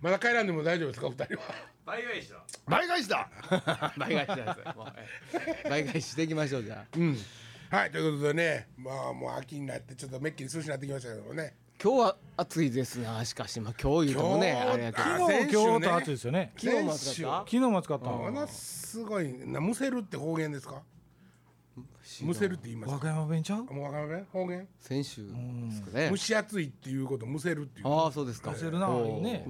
まだ帰らんでも大丈夫ですか、お二人は。倍返しだ倍返しだ。倍返しなん ですよもうえ倍返ししていきましょうじゃあうん。はい、ということでね、まあ、もう秋になって、ちょっとめっきり涼しくなってきましたけどもね。今日は暑いですなしかしまあ今日言うてもね今日あれやけどあ昨ー先昨日週ね今日と暑いですよね日も暑かっ昨日も暑かったもののすごい、な、むせるって方言ですか。むせるって言います和か。歌山弁ちゃうもうわかんない方言。た先週ですかね蒸し暑いっていうこと、むせるっていう。ああそうですかむせるなおーいいね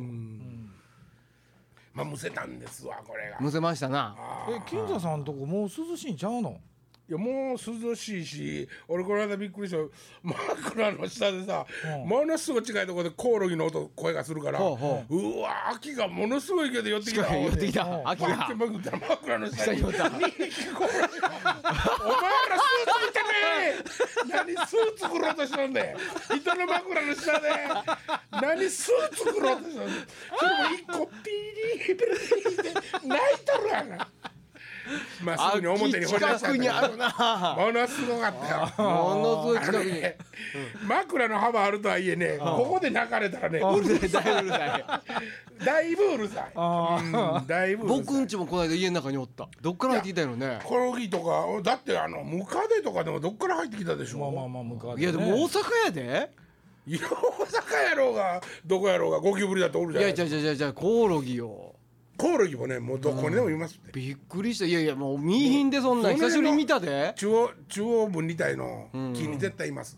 まあ、むせたんですわ、これが。むせましたなえ金座さんとこもう涼しいんちゃうのいやもう涼しいし俺この間びっくりした枕の下でさ、うんものすごい近いところでコオロギの音声がするから、うほうほわ秋がものすごい勢いで寄ってきた近くに寄ってき思たて秋パがッてまくったら枕の下に下におった2匹コオロギお前らスーツ着てね何スーツ作ろうとしとんねん人の枕の下で何スーツ作ろうとしとんねんそれも一個ピリピリピリって泣いとるやんまあすぐに表に掘り出秋したん近くだけにどあるなものすごかったよ。ものすごいあ近のくにね枕の幅あるとはいえね、ここで泣かれたらね、うるさいだいぶうだいぶうるるさいさい。うんだいぶうるさい。僕んちもこの間家の中におったどっから入ってきたんやろねコロギとか、だってあのムカデとかでもどっから入ってきたでしょ。まあまあまあ向かっていやでも大阪やでいや大阪やろうがどこやろうがゴキブリだっておるいじゃなやいじゃですじゃじゃじゃコオロギよか。コオロギもね、もうどこにでもいますって。びっくりしたいやいやもう見いひんでそんなんその久し辺ぶのりに見たで中央中央分離帯の木に絶対います。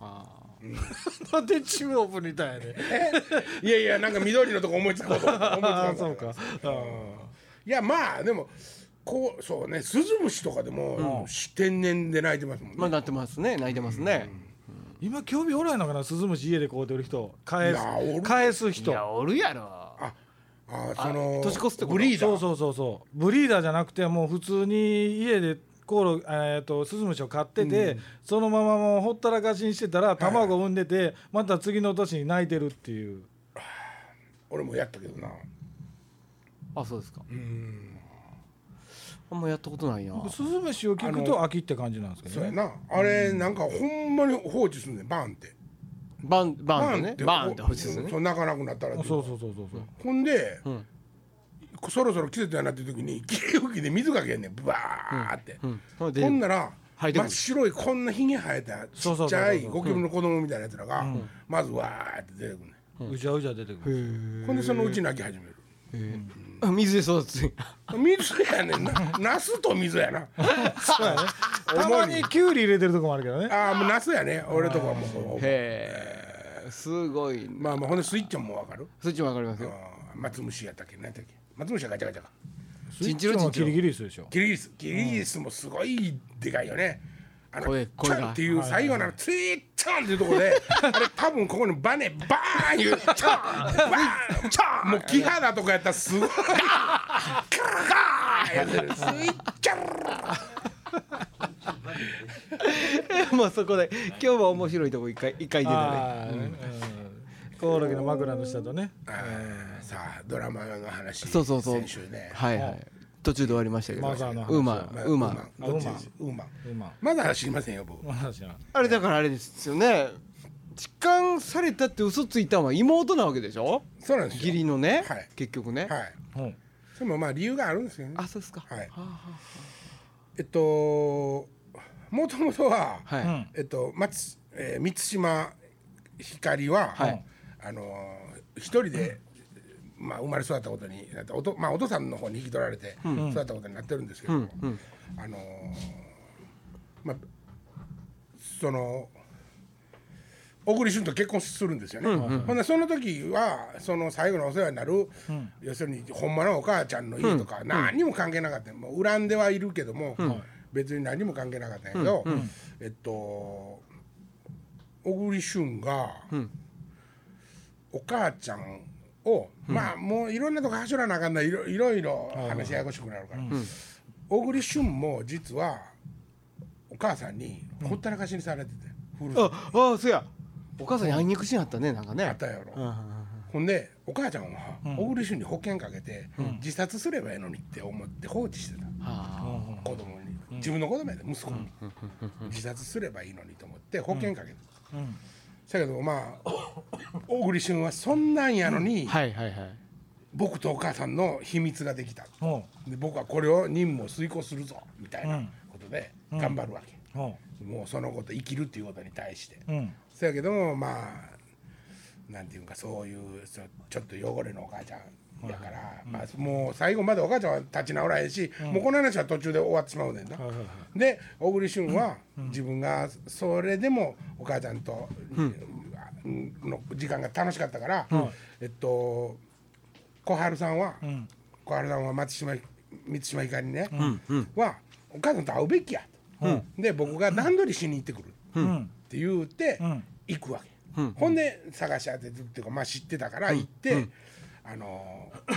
なんでチムオープンみたいやね いやいやなんか緑のとこ思いつくこと。思いつかんあかあったそうかいやまあでもこうそうねスズムシとかでも、し天然で泣いてますもんね、まあなってますね泣いてますね今興味おらんのかなスズムシ家でこうてる人返すいやおる返す人いやおるやろあーその年越すってことブリーダそうーそうそうそうブリーダーじゃなくてもう普通に家でコオロギえー、とスズムシを買ってて、そのままもうほったらかしにしてたら卵を産んでて、また次の年に泣いてるっていう俺もやったけどなあそうですかあんまやったことないなスズムシを聞くと秋って感じなんですけそどうやねなあれなんかほんまに放置すんねんバーンってバンバンってねバンって欲しいですうんねそう泣かなくなったらっていうそうそうそうそうそうほんで、んそろそろ季節やなっていう時に 霧吹きで水かけんねんブワーって、うんほんでほんなら生えて真くるっ白いこんなひげ生えたちそうそっうそうそうちゃいゴキブリの子供みたいなやつらが、まずわーって出てくるねうじゃうじゃ出てくるん、ほんでそのうち泣き始めるあ水で育つ水やねんな。ナスと水やな。そうやねたまにキュウリ入れてるとこもあるけどねああ、もうナスやね。俺とかはもう。へえすごいまあまあ、ほんでスイッチョンもわかる。そっちもわかりますあよー松虫やったっけ、なんやったっけ。松虫はガチャガチャか。チンチロスイッチチもンチロキリギリスでしょキリギリス、キリギリスもすごいでかいよね。あの、声声がチョンっていう最後のあのツイッチョンっていうところで、あれ多分ここにバネバーンいう、チョン、バーン、チョン、もう木肌とかやったらすごい。ガーガーやってるスイッチョン。 もうそこで今日は面白いとこ一回一回出たねあーうんコオロギの枕の下とねあーさあ、ドラマの話。そうそうそう先週ね。はいはい途中で終わりましたけどマザーの話ウーマンウーマンウーマン。どっちですウーマン。今まだ知りませんよ、僕。私はあれだからあれですよね痴漢されたって嘘ついたのは妹なわけでしょそうなんですよ。義理のね、はい結局ね、はい。うんそれもまあ理由があるんですよね。あそうですかはいはあはえっと、もともとは、あはい、ううんえっと、松、えー、満島ひかりは、はいあのー一人で、まあ、生まれ育ったことになっておと、まあ、お父さんの方に引き取られて育ったことになってるんですけども、あのーまあその小栗旬と結婚するんですよね、ほんでその時はその最後のお世話になる、要するにほんまのお母ちゃんの家とか何にも関係なかった、もう恨んではいるけども、別に何も関係なかったんやけど、えっと小栗旬が、お母ちゃんを、まあもういろんなとこ走らなあかんないろいろいろ話ややこしくなるから、小栗旬も実はお母さんにほったらかしにされてて、古いあああそうやお母さんに会いに行くシーンあったねなんかねあったやろ、うんうんほんでお母ちゃんは小栗旬に保険かけて、自殺すればいいのにって思って放置してた、うんは子供に自分の子供やで息子に、自殺すればいいのにと思って保険かけてた、うん だけどまあ小栗旬はそんなんやのに、あはいはいはい僕とお母さんの秘密ができたうんで僕はこれを任務を遂行するぞみたいなうんことで頑張るわけ、うんもうそのこと生きるっていうことに対して、うんそやけどもまあなんていうかそういうそちょっと汚れのお母ちゃんやから、まあ、もう最後までお母ちゃんは立ち直らへんし、もうこの話は途中で終わってしまうねんな。はいはいはいで小栗旬は自分がそれでもお母ちゃんと、うんの時間が楽しかったから、えっと小春さんは、ん小春さんは松島満島ひかりね、はお母さんと会うべきやと、で僕が段取りしに行ってくる。うんって言うて、ん行くわけ、ほんで探し当ててっていうかまあ知ってたから行って、あのー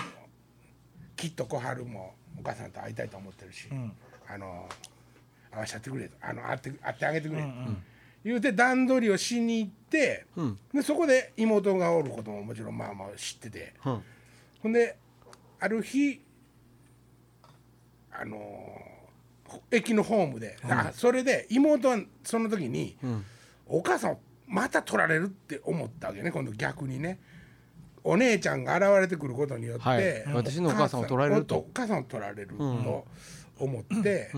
きっと小春もお母さんと会いたいと思ってるし、んあのー会わしちゃってくれとあの会って会ってあげてくれと、言うて段取りをしに行って、でそこで妹がおることももちろんまあまあ知ってて、うんほんである日あのーほ駅のホームで、あそれで妹はその時に、お母さんをまた取られるって思ったわけね今度逆にねお姉ちゃんが現れてくることによって、はい私のお母さんを取られるとお母さんを取られると思って、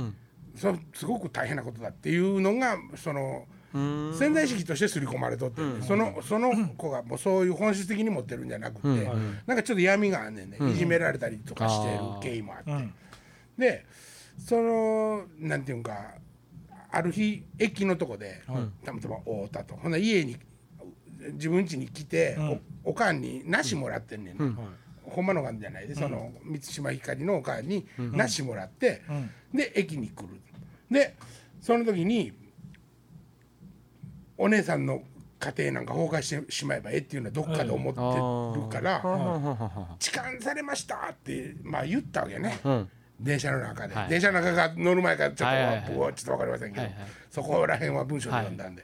そすごく大変なことだっていうのがその。潜在意識として刷り込まれとって、そのその子がもうそういう本質的に持ってるんじゃなくて、なんかちょっと闇があんねんね、いじめられたりとかしてる経緯もあって、でそのなんていうんかある日駅のとこで、たまたま会うたとほな家に自分家に来て、おおかんに梨もらってんねんな、ほんまのがんじゃないでその満島ひかりのおかんに梨もらって、で駅に来るでその時にお姉さんの家庭なんか崩壊してしまえばええっていうのはどっかで思ってるから、痴漢されましたって、まあ、言ったわけね、電車の中で、はい電車の中が乗る前からちょっと、はいはいはい僕はちょっと分かりませんけど、はいはいそこら辺は文章で読んだんで、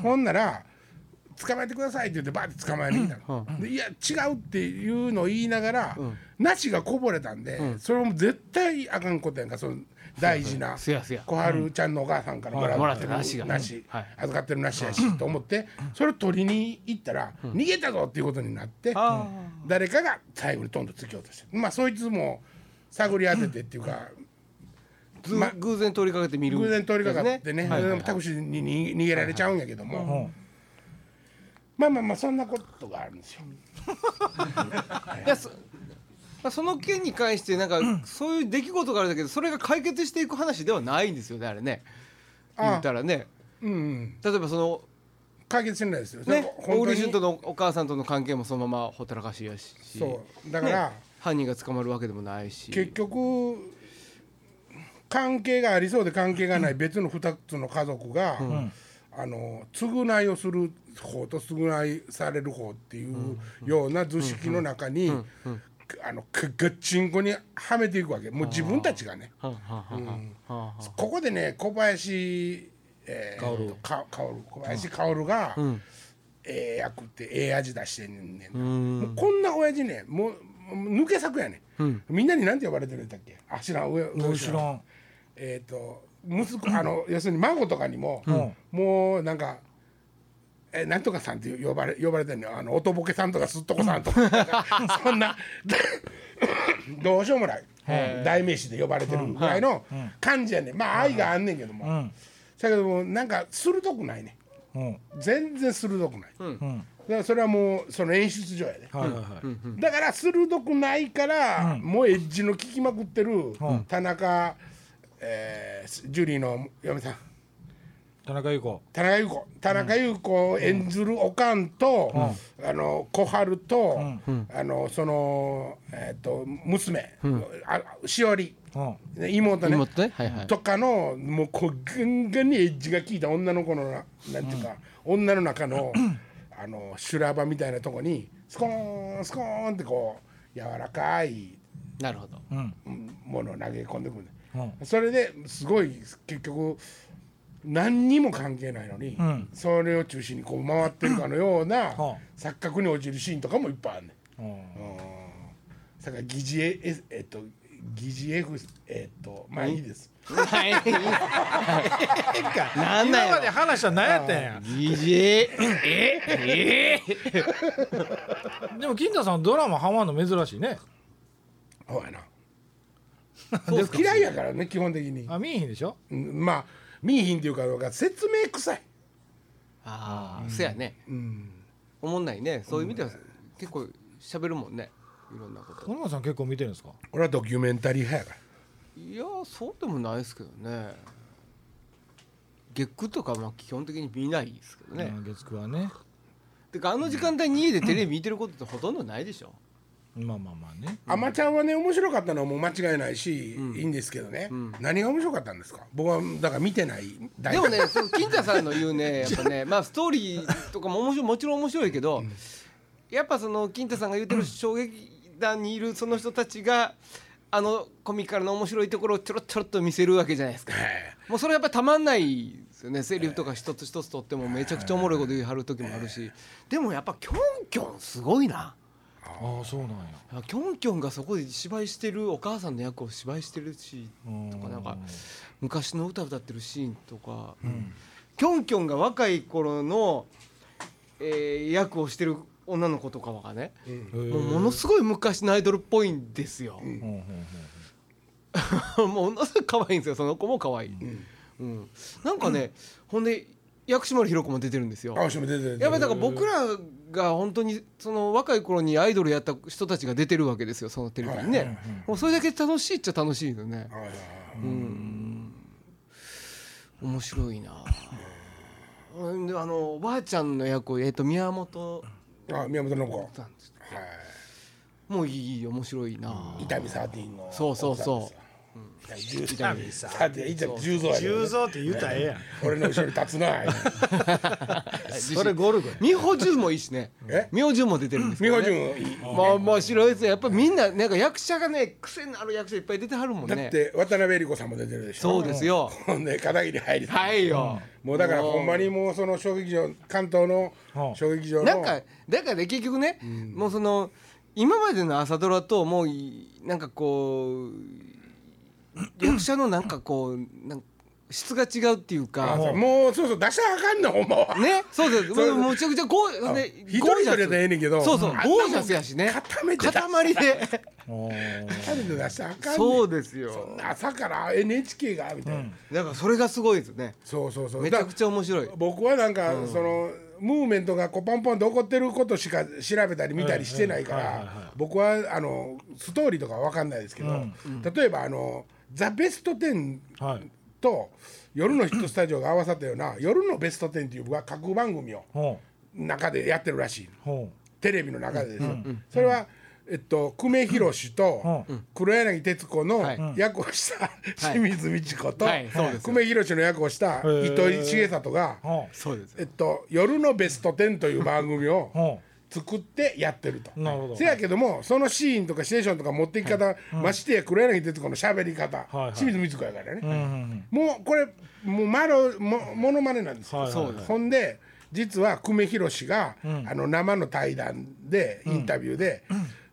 ほんなら「捕まえてください」って言ってバーって捕まえに行ったの、でいや違うっていうのを言いながら、なしがこぼれたんで、それも絶対あかんことやんかその大事なすやすや小春ちゃんのお母さんからもらもらっっててるる梨梨がが梨はい預かってる梨やしと思ってそれを取りに行ったら逃げたぞっていうことになってあ誰かが最後にどんどん突き落としてまあそいつも探り当ててっていうかずま偶然通りかけてみる偶然通りかかってねはいはいはいタクシーに逃げ逃げられちゃうんやけどうもんまあまあまあそんなことがあるんですよ。いやそその件に関してなんかそういう出来事があるんだけどそれが解決していく話ではないんですよねあれね言ったらねうんうん例えばその解決しないですよ。ねそれオー本当ルにジュンとのお母さんとの関係もそのままほったらかしやしそうだから、ね犯人が捕まるわけでもないし結局関係がありそうで関係がない別の2つの家族が、あの償いをする方と償いされる方っていうような図式の中に、あのガッチンコにはめていくわけもう自分たちがね。はんはんはんはんはんはんここでね小林、えー、とか薫小林薫が、ええ役ってええ味出してんねんなもうこんな親父ねもうもう抜け作やね、ん、みんなになんて呼ばれてるんだっけあ知らん上どうしろんえっ、と息子あの要するに孫とかにも、んもうなんかえなんとかさんって呼ばれ呼ばれてるのよあの音ボケさんとかすっとこさんとか そんな どうしようもない代名詞で呼ばれてるぐらいの感じやねまあ愛があんねんけども、うんだけどもなんか鋭くないねうん全然鋭くない、だかうんらそれはもうその演出上やね、はいはいはいだから鋭くないから、もうエッジの効きまくってる、田中、えージュリーの嫁さん田中裕子田中優子田中優子を演ずるおかんと、あの小春と、あのその、えっと娘、あしおりうん妹ね妹ねはいはいとかのもうこうガンガンにエッジが効いた女の子のななんていうか、女の中の あの修羅場みたいなとこにスコーンスコーンってこう柔らかいなるほどうんものを投げ込んでくるね、うそれですごい結局何にも関係ないのに、んそれを中心にこう回ってるかのようなはあ錯覚に陥るシーンとかもいっぱいあるねんうんうん。だから疑似ええっと疑似 F えーっとまあいいですはいいいっすなんだ今までよ話したら何やったんやじじええでも金田さんドラマハマんの珍しいねほうやなで嫌いやからね基本的にあ見えへんでしょうんまあ見えひんっていうかなんか説明臭いああそうやねおもんないねそういう意味では結構喋るもんねいろんなこと小野さん結構見てるんですか俺はドキュメンタリー派やからいやーそうでもないですけどね月9とかまあ基本的に見ないですけどね、あ月9はねてかあの時間帯に家でテレビ見てることってほとんどないでしょまあまあまあねアマちゃんはね面白かったのはもう間違いないし、いいんですけどね、何が面白かったんですか僕はだから見てないでもねそう金田さんの言うねやっ ぱねまあストーリーとかも面白いもちろん面白いけど、やっぱその金田さんが言ってる衝撃団にいるその人たちがあのコミカルの面白いところをちょろちょろっと見せるわけじゃないですかえもうそれやっぱたまんないですよねセリフとか一つ一つとってもめちゃくちゃおもろいこと言い張る時もあるしでもやっぱキョンキョンすごいなああそうなんやあキョンキョンがそこで芝居してるお母さんの役を芝居してるしうんとかなんか昔の歌歌ってるシーンとか、キョンキョンが若い頃の、えー役をしてる女の子とかはね、へーもうものすごい昔のアイドルっぽいんですよ、うんうんうん ものすごい可愛いんですよその子も可愛い、うんなんかね、ほんで薬師丸ひろ子も出てるんですよあしも出てるやっぱりだから僕らが本当にその若い頃にアイドルやった人たちが出てるわけですよそのテレビにはいはいね、もうそれだけ楽しいっちゃ楽しいよねあ、あ面白いなうんであのおばあちゃんの役を、えっと宮本ああ宮本信子はさんですもういい面白いな、い伊丹サーティーンのそうそうそうう伊伊丹丹さサんーティーン伊丹十三やけどね十三って言うたらええやん俺の後ろに立つな それゴルゴや美穂潤もいいしねえ美穂潤も出てるんですけ美ど、穂ね、純いいまあ面白いですねやっぱりみんななんか役者がね癖のある役者いっぱい出てはるもんだっねて渡辺恵理子さんも出てるでしょそうですよほんで片桐入りはいよ、もうだからほんまにもうその小劇場関東のうん小劇場のなんかだからね結局ね、もうその今までの朝ドラともういなんかこ う役者のなんかこうなんか質が違うっていうあかそうもうそうそう出したらあかんねんほんまはねそうですそうもうむちゃくちゃゴーね一ゴ人ージャそスれでええねんけどそうそうあんなもんゴージャスやしね固めて出した塊 でおー二人で出したらあかんねんそうですそよんな朝から NHK がみたいな、だからそれがすごいですねそうそうそうめちゃくちゃ面白いだから僕はなんか、そのムーブメントがこうポンポンと起こってることしか調べたり見たりしてないから、僕はあのストーリーとかは分かんないですけど、例えばあの「ザ・ベスト10はい」と「夜のヒットスタジオ」が合わさったような「夜のベスト10」っていう僕は架空番組をほ中でやってるらしい。うほテレビの中でですよ、それは、えっと、久米宏と黒柳徹子のはい役をした清水美智子と、はいそうですよ久米宏の役をしたー糸井重里が、うほそうですえっと「夜のベスト10」という番組をうほ作ってやってると。うなるほどせやけどもそのシーンとかシチュエーションとか持っていき方、ましてや黒柳徹子の喋り方、はい清水美智子やからね、うんうんもうこれもうマロもものまねなんですよ、はいはいはいほんで実は久米宏が、あの生の対談でインタビューで、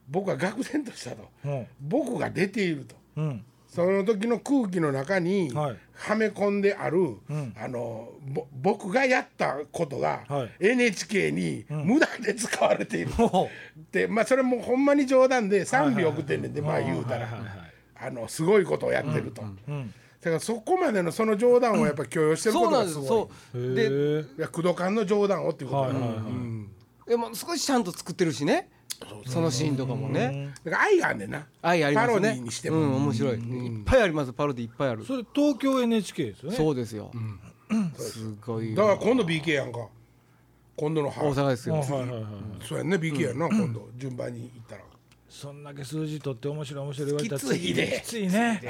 僕は愕然としたと、うん僕が出ているとうんうんその時の空気の中にはいはめ込んである、あのぼ僕がやったことがはい NHK に無駄で使われている、ほでまあそれもほんまに冗談で賛美送ってんねんで、まあ言うたら、はいはいはいあのすごいことをやってると、ううんだからそこまでのその冗談をやっぱ許容してるこそとうながんですすごい。そうへでえいや工藤官の冗談をっていうことはいだ,、はいはいでも少しちゃんと作ってるしねそのシーンとかもねだから愛があんねんな愛ありますねパロディーにしても、うん面白いいっぱいありますパロディいっぱいあるそれ東京 NHK ですよねそうですよすごいだから大今度 BK やんか今度の春阪ですあよはいはいはいそうやんね BK やんな、今度順番に行ったらそんだけ数字取って面白い面白い言われたらきついできついね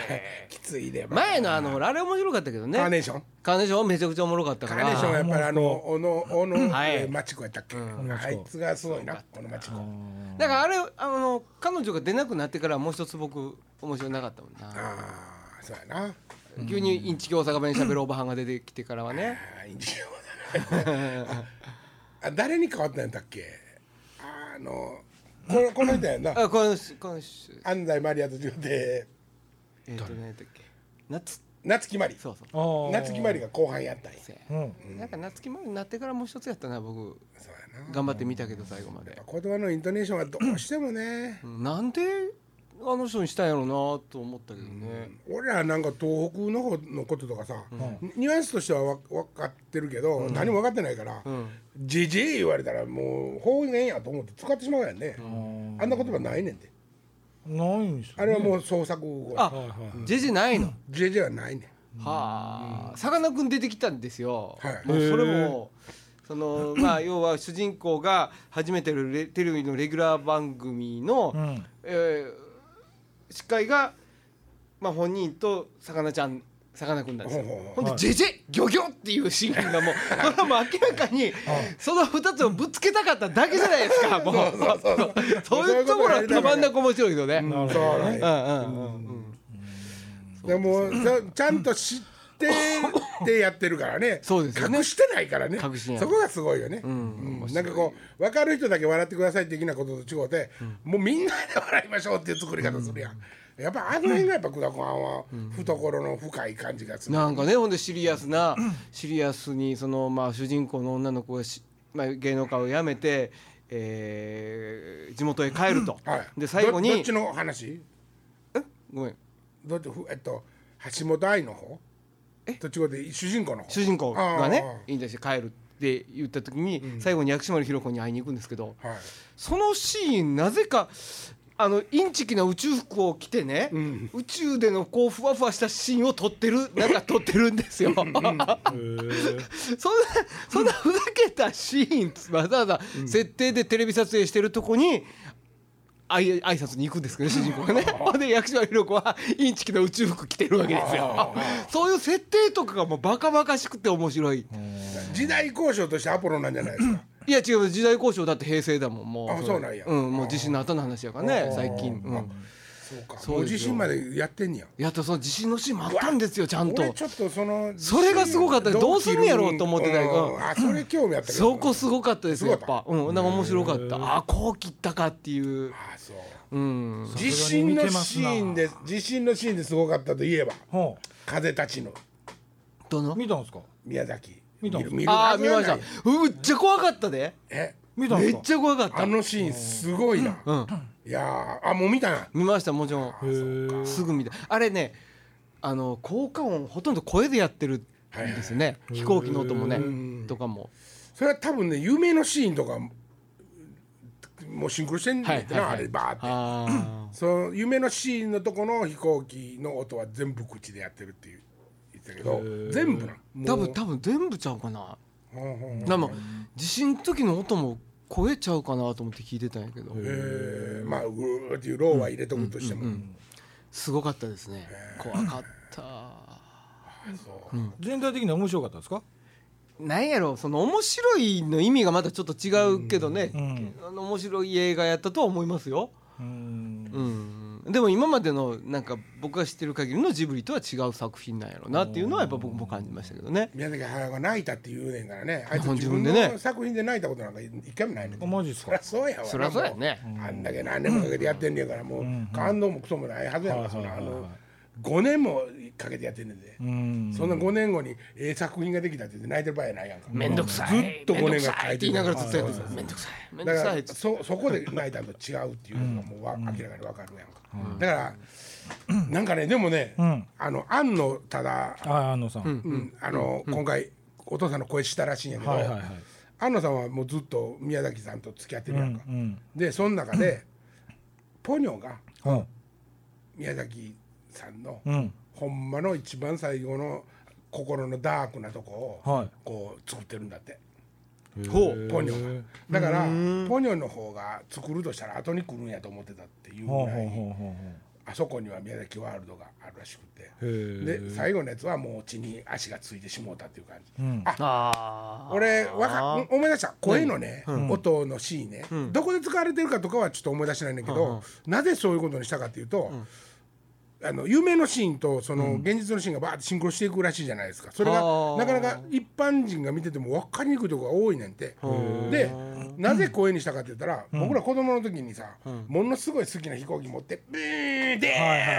きついで、まあ前のあのほらあれ面白かったけどねカーネーションカーネーションめちゃくちゃおもろかったカかーらネーションはやっぱりあの小野小野はいえーマチコやったっけ、あいつがすごいな小野マチコだからあれあの彼女が出なくなってからもう一つ僕面白なかったもんなああそうやな急にインチキ大阪弁しゃべるおばはんが出てきてからはねあーいいんですよあ誰に変わったんだっけあのこのこの人やんなあこのこの安西マリアと中でえっ、と何やったっけ夏夏木マリそうそうあー夏木マリが後半やったんやそせやうんなんか夏木までになってからもう一つやったな僕うやな頑張って見たけど最後まで、言葉のイントネーションはどうしてもねう、んなんであの人にしたんやろうなと思ったけどね、俺らなんか東北の方のこととかさ、ニュアンスとしてはわ分かってるけど、何も分かってないからうん「じじい」言われたらもう方言やと思って使ってしまうやんね、あんな言葉ないねんてないんですよあれはもう創作語あ、はいはいジェジェないの、じじいはないねんはあ、さかなクン出てきたんですよ。はいもうそれも。そのまあ要は主人公が初めてのレテレビのレギュラー番組の、うんえー司会が、まあ、本人とさかなちゃんさかなクンなんですよ。ほうほうほうほんはで「いジェジェギョギョ」っていうシーンがもうこれはもう明らかにその2つをぶつけたかっただけじゃないですかもうそういうところはたまんなく面白いけどね。うんうんそうなんやうんうんでもさちゃんと 知ってってやってるからねそうですよね隠してないからね隠してないそこがすごいよね、うんなんかこう分かる人だけ笑ってください的なことと違うて、もうみんなで笑いましょうっていう作り方するやん、やっぱあの辺がやっぱ久田君は懐の深い感じがする、なんかねほんでシリアスなシリアスにそのまあ主人公の女の子がし、まあ、芸能界を辞めて、えー地元へ帰ると、はい、で最後にどどっちの話ごめんどっちふえっと橋本愛の方と違うて主人公の方主人公があーね引退して帰るって言った時に、最後に薬師丸ひろ子に会いに行くんですけど、はいそのシーンなぜかあのインチキな宇宙服を着てね、宇宙でのこうふわふわしたシーンを撮ってるなんか撮ってるんですよ。そんなそんなふざけたシーンわざわざ設定でテレビ撮影してるとこに。あい挨拶に行くんですけどね主人公が ねほんで薬師丸ひろ子はインチキの宇宙服着てるわけですよそういう設定とかがもうバカバカしくて面白い時代交渉としてアポロなんじゃないですかいや違う時代交渉だって平成だもんもうあそうなんやうん、もう地震の後の話やからね最近、うん、そうかそうごです自よ身までやってんねややっとその地震のシーンもあったんですよちゃんと俺ちょっとそのそれがすごかったどうすんやろうと思ってたけどうんあそれ興味あったけどそこすごかったですよやすっごかぱうんなんか面白かったあこう切ったかっていうあそううんさすがに地震の見てますシなーンで地震のシーンですごかったといえばほ風たちのどのう見たんですか宮崎見たる見るあはあず見がなまいしたうんめっちゃ怖かったでえ見たんめですかっちゃ怖かったあのシーンすごいなうんいやーあもう見たな見ましたもちろんへーすぐ見たあれねあの効果音ほとんど声でやってるんですね飛行機の音もねとかもそれは多分ね有名のシーンとかももうシンクロしてんねんはいてなはいはいあれバーってああその夢のシーンのとこの飛行機の音は全部口でやってるっていう言ってたけど全部なの多もう分多分全部ちゃうかなうんうんうんでも地震の時の音も超えちゃうかなと思って聞いてたんやけどえーまあうーっていうローは入れとくとしても、すごかったですね怖かった全体的には面白かったですかなんやろその面白いの意味がまたちょっと違うけどね、んあの面白い映画やったとは思いますよ、うーんうん、でも今までのなんか僕が知ってる限りのジブリとは違う作品なんやろなっていうのはやっぱ僕も感じましたけどね宮崎駿が泣いたって言うねんからねあいつ本自自分分でねの作品で泣いたことなんか一回もないねんあマジっすそかりゃそうやわなそりゃそうやねもうあんだけ何年もかけてやってんねんからもう感動もクソもないはずやわそんなあの5年もかけてやってんねんでうーんそんな5年後にええ作品ができたって言って泣いてる場合やないやんかめんどくさいずっとめん5どく年さが書いいってて言いながらだずっとやってためんどくさいめんどくかさいらってそそこで泣いたのと違うっていうのがもうわ明らかにわかるやんかだからなんかねでもねんあの庵野ただああのさん、うんあの、今回お父さんの声したらしいんやけど、はいはいはい安野さんはもうずっと宮崎さんと付き合ってるうやんんか、うんでその中でポニョがうん宮崎さんの、うんほんまの一番最後の心のダークなとこを、はいこう作ってるんだってほうポニョがだからポニョの方が作るとしたら後に来るんやと思ってたっていうぐほうほうらいほうほあそこには宮崎ワールドがあるらしくてうほうへえで最後のやつはもう血に足がついてしもうたっていう感じ、んああー俺わかん思い出した声のね、音のシーンね、どこで使われてるかとかはちょっと思い出しないんだけど、なぜそういうことにしたかっていうと、あの有名のシーンとその現実のシーンがバーってシンクロしていくらしいじゃないですかそれがあーなかなか一般人が見てても分かりにくいとこが多いねんてでなぜ声にしたかって言ったら、僕ら子供の時にさ、ものすごい好きな飛行機持ってブーンで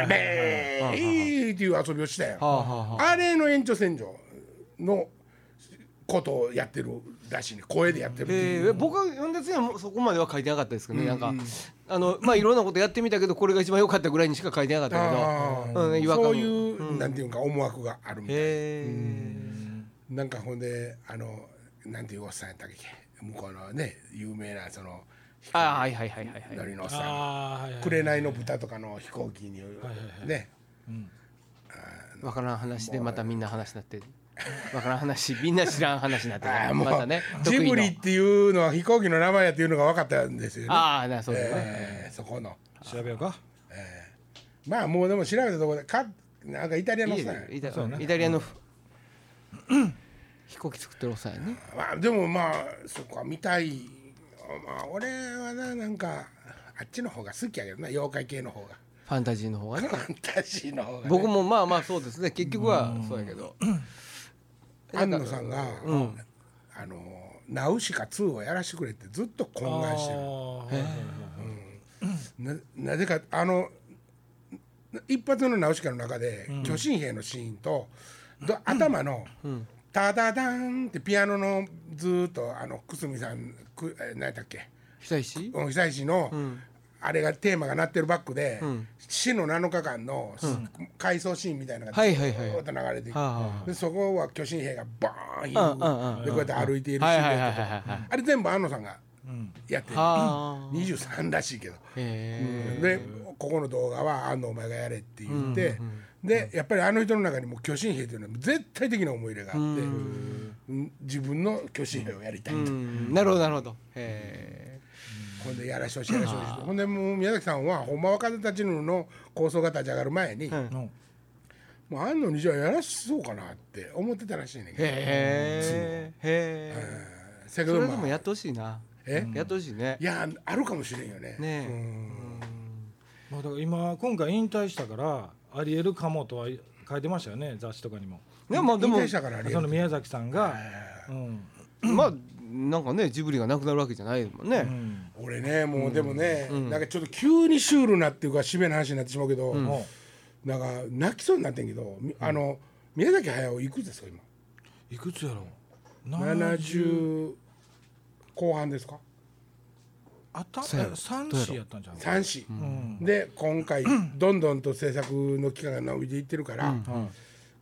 ーベーイーっていう遊びをしたやんはあはあはああれの延長線上のことをやってるらしいね声でやってるっていうえー、僕は読んだやつにはもうそこまでは書いてなかったですけどね、なんかあのまあいろんなことやってみたけどこれが一番良かったぐらいにしか書いてなかったけど、うん、違和感そういう、なんていうか思惑があるみたいな、へなんかほんであのなんていうおっさんやったっけ向こうのね有名なそのー、あーはいはいはいはい乗はいりのおっさああはいはん「い紅の豚」とかの飛行機にねわからん話でまたみんな話になってわからん話 みんな知らん話になってああもう、またねジブリっていうのは飛行機の名前やっていうのが分かったんですよね、ああなそうですね、えーそこの調べようかまあもうでも調べたところでかなんかイタリアのおっいいさんやねイタそうねイタリアの、 飛行機作ってるおっさんやねまあでもまあそこは見たいまあ俺はななんかあっちの方が好きやけどな妖怪系の方がファンタジーの方がねファンタジーの方が、ね、僕もまあまあそうですね結局はそうやけど安野さんが、あのナウシカ2をやらしてくれってずっと懇願してるななぜかあのな一発のナウシカの中で、巨神兵のシーンとど頭の、タダダンってピアノのずーっとあの久住さんくえ何やったっけ久石うん久石の、あれがテーマが鳴ってるバックで、死の7日間の、回想シーンみたいなのがはずいはいはいーっと流れていく、はあはあでそこは巨神兵がバうんうんーンういんでこうやって歩いているシはいはいーンはいはいはいあれ全部安野さんがやってる、はあ23らしいけど。へでここの動画は安野お前がやれって言って、でやっぱりあの人の中にも巨神兵というのは絶対的な思い入れがあって、うん自分の巨神兵をやりたいと、えうんなるほどなるほどへほんでやらしてほしいやらしてほしいとほんでもう宮崎さんはほんま若手たちのの構想が立ち上がる前に、んうんもう安野にじゃあやらしそうかなって思ってたらしいねんえけどへえへえせやけそどれでまもあやってほしいなえやってほしいねいやあるかもしれんよねねえまあだから今今回引退したからありえるかもとは書いてましたよね雑誌とかにもでもでも引退したからありえるその宮崎さんが、うんまあなんかねジブリがなくなるわけじゃないもんねうん俺ねもうでもね、なんかちょっと急にシュールなっていうかしめな話になってしまうけど、もなんか泣きそうになってんけど、みあの宮崎駿いくつですかういくつやろう今70後半ですかあたそうやろ三子やったんじゃん三子、んで今 回どんどんと制作の期間が伸びていってるから、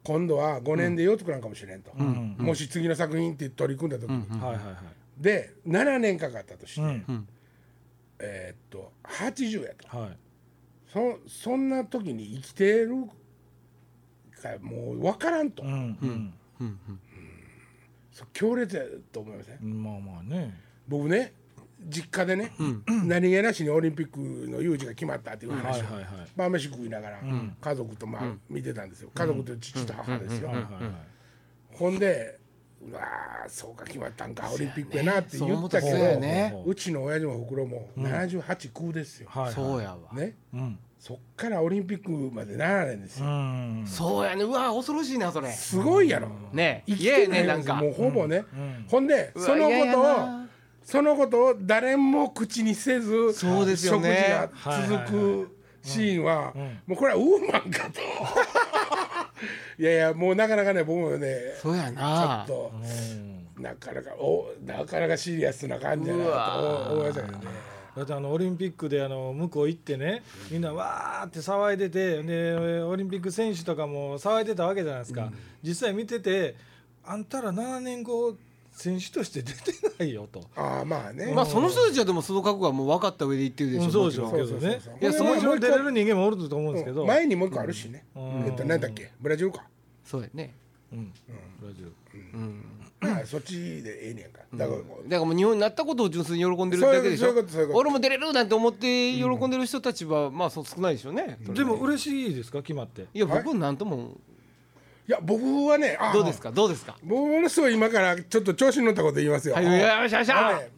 今度は5年で4作なんかもしれんと、もし次の作品って取り組んだ時に、はいはいはいで7年かかったとして、うんえーっと80やとはいそそんな時に生きてるかもう分からんと、うんそう強烈やと思いませんうんまあまあね僕ね実家でね、何気なしにオリンピックの有事が決まったっていうは話いをはいはい晩飯食いながら家族とまあ見てたんですよ家族と父と母ですよはいはいはいほんでうわーそうか決まったんかオリンピックやなってそう言思っったたらけそうどやねうちの親父もほくろも78空ですよはいそはういやわねうんそっからオリンピックまで7年ですうよんそうやねうわ恐ろしいなそれすごいやろね生えき嫌てやねなんかもうほぼねんほんでうわそのこ嫌やとをなそのことを誰も口にせずそうですよね食事が続くシーンはんもうこれはウーマンか といやいやもうなかなかね僕もねちそうやょなっとうんなかなかおなかなかシリアスな感じだなうわと思いましたけどねだってあのオリンピックであの向こう行ってねみんなわーって騒いでてでオリンピック選手とかも騒いでたわけじゃないですか、実際見ててあんたら7年後選手として出てないよと、ああままあねまあその人たちはでもその覚悟はもう分かった上で言ってるでしょうんそうでしょもちうけろんどねそうそうそうそういやそこもれちもう一ろん個出れる人間もおると思うんですけど、前にもう一個あるしねうんえっと何だっけブラジルかそうやねうんブラジルまあそっちでええねやんかだからだからもう日本になったことを純粋に喜んでるだけでしそうょいうことそういうこと俺も出れるなんて思って喜んでる人たちはまあそう少ないでしょうねそれでも嬉しいですか決まっていや僕なんともいや僕はねあどうですかどうですかものすごい今からちょっと調子に乗ったこと言いますよはいよっしゃよっしゃあのね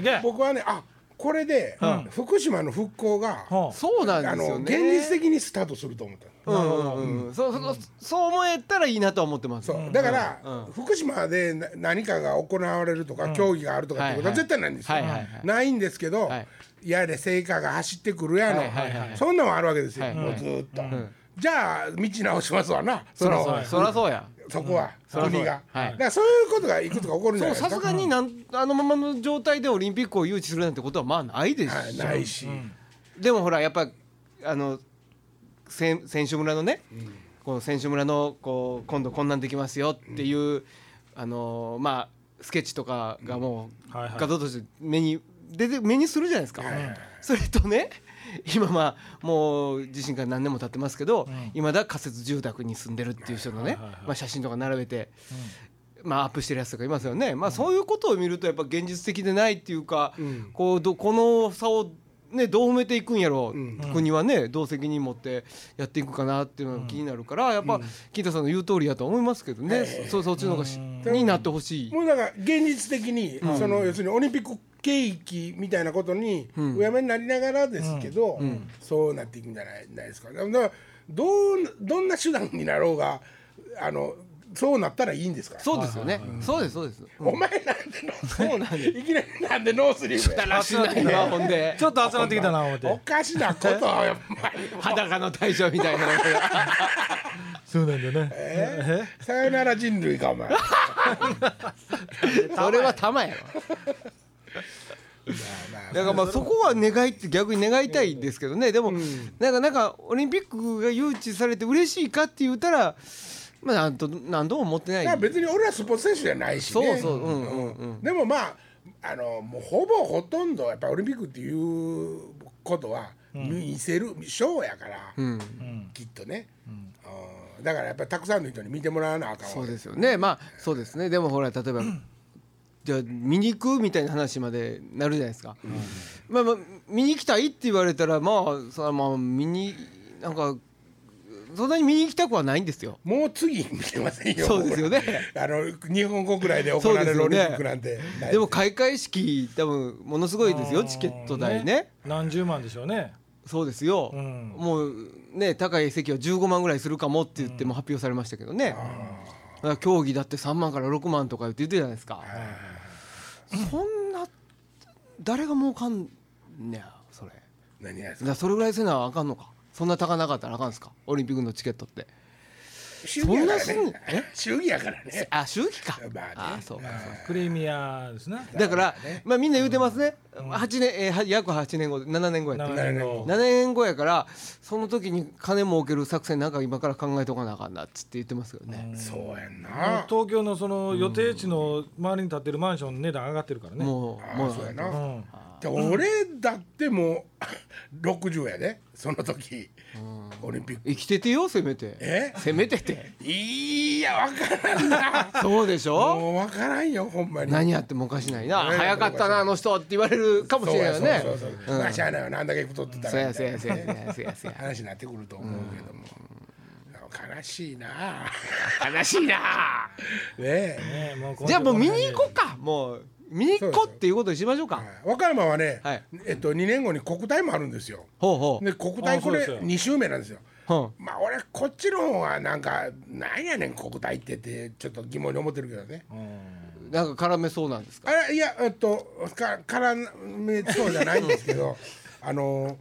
いけ僕はねあこれでうん福島の復興が、はそうなんあですのよ現ね実的にスタートすると思ったのうんうんうんそうそうそう思えたらいいなとは思ってますそうだから、うん福島でな何かが行われるとか、競技があるとかってことははいはい絶対ないんですよ、はいはいはいないんですけど、はいやれ成果が走ってくるやの、はいはいはいそんなんはあるわけですよ、はいもうずーっと、んじゃあ道直しますわなそそのらそそうそらそうやこは、そらそう国が、はいだからそういうことがいくつか起こるんじゃないでそうすかさすがになんあのままの状態でオリンピックを誘致するなんてことはまあないではいすないし、でもほらやっぱあの選選手村のね、この選手村のこう今度こんなんできますよっていう、あのーまあスケッチとかがもうはいはい画像として目に出て目にするじゃないですか。それとね 今まあもう地震から何年も経ってますけど、いまだ仮設住宅に住んでるっていう人のね、はいはいはいまあ、写真とか並べて、まあ、アップしてるやつとかいますよね、まあ、そういうことを見るとやっぱ現実的でないっていうか、こうどこの差を、ね、どう埋めていくんやろう、国はねどう責任持ってやっていくかなっていうのが気になるからやっぱ金太さんの言う通りやと思いますけどね、そそっちの方がしになってほしい。もうだから現実的に、その要するにオリンピック景気みたいなことにうやめになりながらですけど、そうなっていくんじゃないないですかだからどうどんな手段になろうがあのそうなったらいいんですから。そうですよね。そうですそうです。お前なんでノースリーブいきなりなんでノースリーブやだらしないなほんでちょっと集まってきたな思おってかしなことをやっぱり裸の大将みたいなのがそうなんだねえさよなら人類かお前 それは玉やろだからまあそこは願いって逆に願いたいですけどねでもなんかなんかオリンピックが誘致されて嬉しいかって言ったらまあなんと何度も思ってまなあい別に俺らスポーツ選手じゃないしそうねそううんうんうんでもまああのもうほぼほとんどやっぱオリンピックっていうことは見せるショーやから、きっとね、うんだからやっぱりたくさんの人に見てもらわなあかんそわうけですよねまあそうですねでもほら例え ばじゃあ見に行くみたいな話までなるじゃないですか、まあまあ見に行きたいって言われたらまあそれはまあ見になんかそんなに見に行きたくはないんですよもう次見てませんよそうですよね 僕らあの日本国内で行われるそオうでリンすよねピックなんてないでも開会式多分ものすごいですよチケット代ね何十万でしょうねそうですよ、んもうね高い席は15万ぐらいするかもって言っても発表されましたけどね、だから競技だって3万から6万とか言って言ってたじゃないですか、そんな誰が儲かんねやそれだか何やそれらそれぐらいせなあかんのかそんな高なかったらあかんですかオリンピックのチケットって主義やからそんなすんのえね主義やからねあ周期か、まあねあそうかそうかプレミアですねだから、まあみんな言うてますね、八年えーは約8年後7年後やった7年後7年後やからその時に金儲ける作戦なんか今から考えとかなあかんなっつって言ってますけどね、そうやんな東京のその予定地の周りに建ってるマンションの値段上がってるからねもうあもそうやうな、うんじゃあ俺だってもう 60やでその時オリンピック生きててよせめてえせめてていやわからんなそうでしょもうわからんよほんまに何やってもおかしないなね早かったなあの人って言われるかもしれないよねそうやそうやそうやまあしゃあないよなんだけ太ってたそらやみたそいなやそやそやそや そや話になってくると思うけども悲しいな悲しいな ねえねもうこんなじゃあもう見に行こうかもう見に行こうっていうことにしましょうか和歌山はねはいえっと2年後に国体もあるんですよほうほう、で国体あそこうでれすよ2周目なんですようんまあ俺こっちの方がなんかなんやねん国体ってってちょっと疑問に思ってるけどねなんか絡めそうなんですかあいやえっとかからめそうじゃないんですけど あの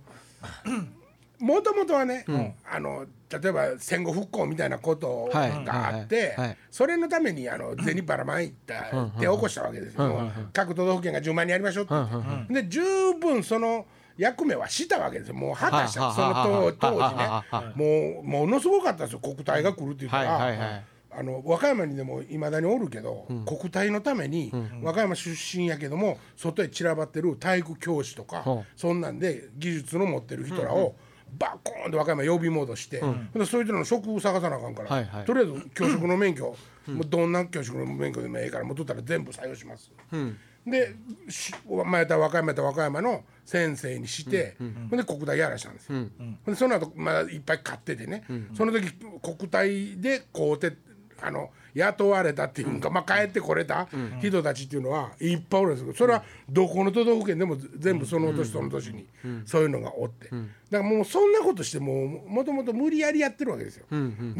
もともとはね、あの例えば戦後復興みたいなことはいがあって、はいはいそれのためにあの銭ばらまいた手を起こしたわけですよ、各都道府県が10万人やりましょうって言って、で十分その役目はしたわけですよもう果たした、はいその当当時ね、はいもうものすごかったですよ国体が来るっていうかはいら、はいはいあの和歌山にでもいまだにおるけど、国体のために、和歌山出身やけども外へ散らばってる体育教師とか、ほそんなんで技術の持ってる人らを、バコーンと和歌山呼び戻して、ほんでそういう人の職を探さなあかんから、はいはいとりあえず教職の免許、もうどんな教職の免許でもええからもう取ったら全部採用します。でし前田和歌山やったら和歌山の先生にして、ほんで国体やらしたんですよ、ほんでその後まだいっぱい買っててね、その時国体で買うてあの雇われたっていうか、まあ、帰ってこれた人たちっていうのはいっぱいおるんですけどそれはどこの都道府県でも全部その年その年にそういうのがおってだからもうそんなことしてもうもともと無理やりやってるわけですよ。で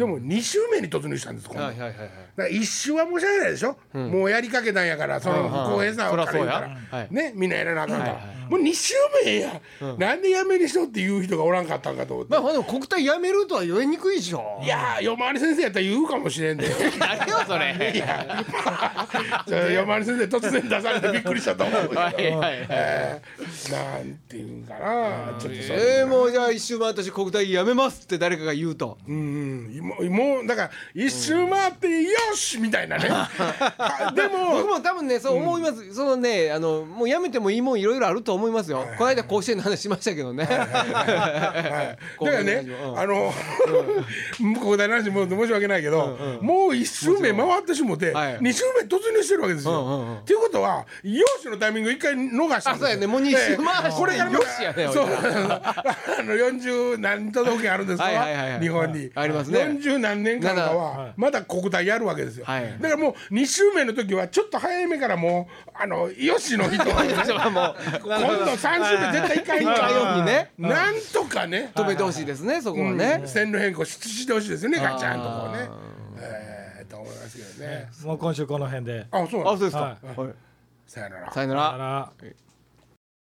も2週目に突入したんです今度はいはいはいはだいから一周は申し訳ないでしょ、もうやりかけたんやからその不公平さをから言うたらそらそうやはいねみんなやらなあかんから、もう2周目ええやん、なんでやめにしろっていう人がおらんかったんかと思って、まあほんでも国体やめるとは言えにくいでしょいやー夜回り先生やったら言うかもしれんで誰よ それそれ夜回り先生突然出されてびっくりしたと思うけど、はいはいはいえーなんていうんかなちょっとそれえー、もうじゃあ一周回ったし国体やめますって誰かが言うとうんうん、もうもうだから一周回ってよしみた いなねあでも僕も多分ねそう思います、そのねあのもうやめてもいいもんいろいろあると思いますよ、この間甲子園の話しましたけどね、 だからね、うんあの、向こう大の話も申し訳ないけど、もう一周目回ってしもて、はい二周目突入してるわけですよ。うんうんうんっていうことは、よしのタイミング一回逃したんあそうやねもう二ええ周回してこれからまよたしやねそう、 あの四十何都道府県あるんですかはいはいはいはい日本に。ありますね四十何年間かはいは、まだ国体やるわけですよ。はいだからもう二周目の時は、ちょっと早めからもう、あの、よしの人は ね。私はも今度三周目絶対一回うい一かん回よようにねうに。なんとかね。止めてほしいですねそこはね、線路変更ししてほしいですよねガチャンとこうねあ。えーと思いますけどね。もう今週この辺で。あそうなあんそうでですか、ははいさよならさ。よなあらら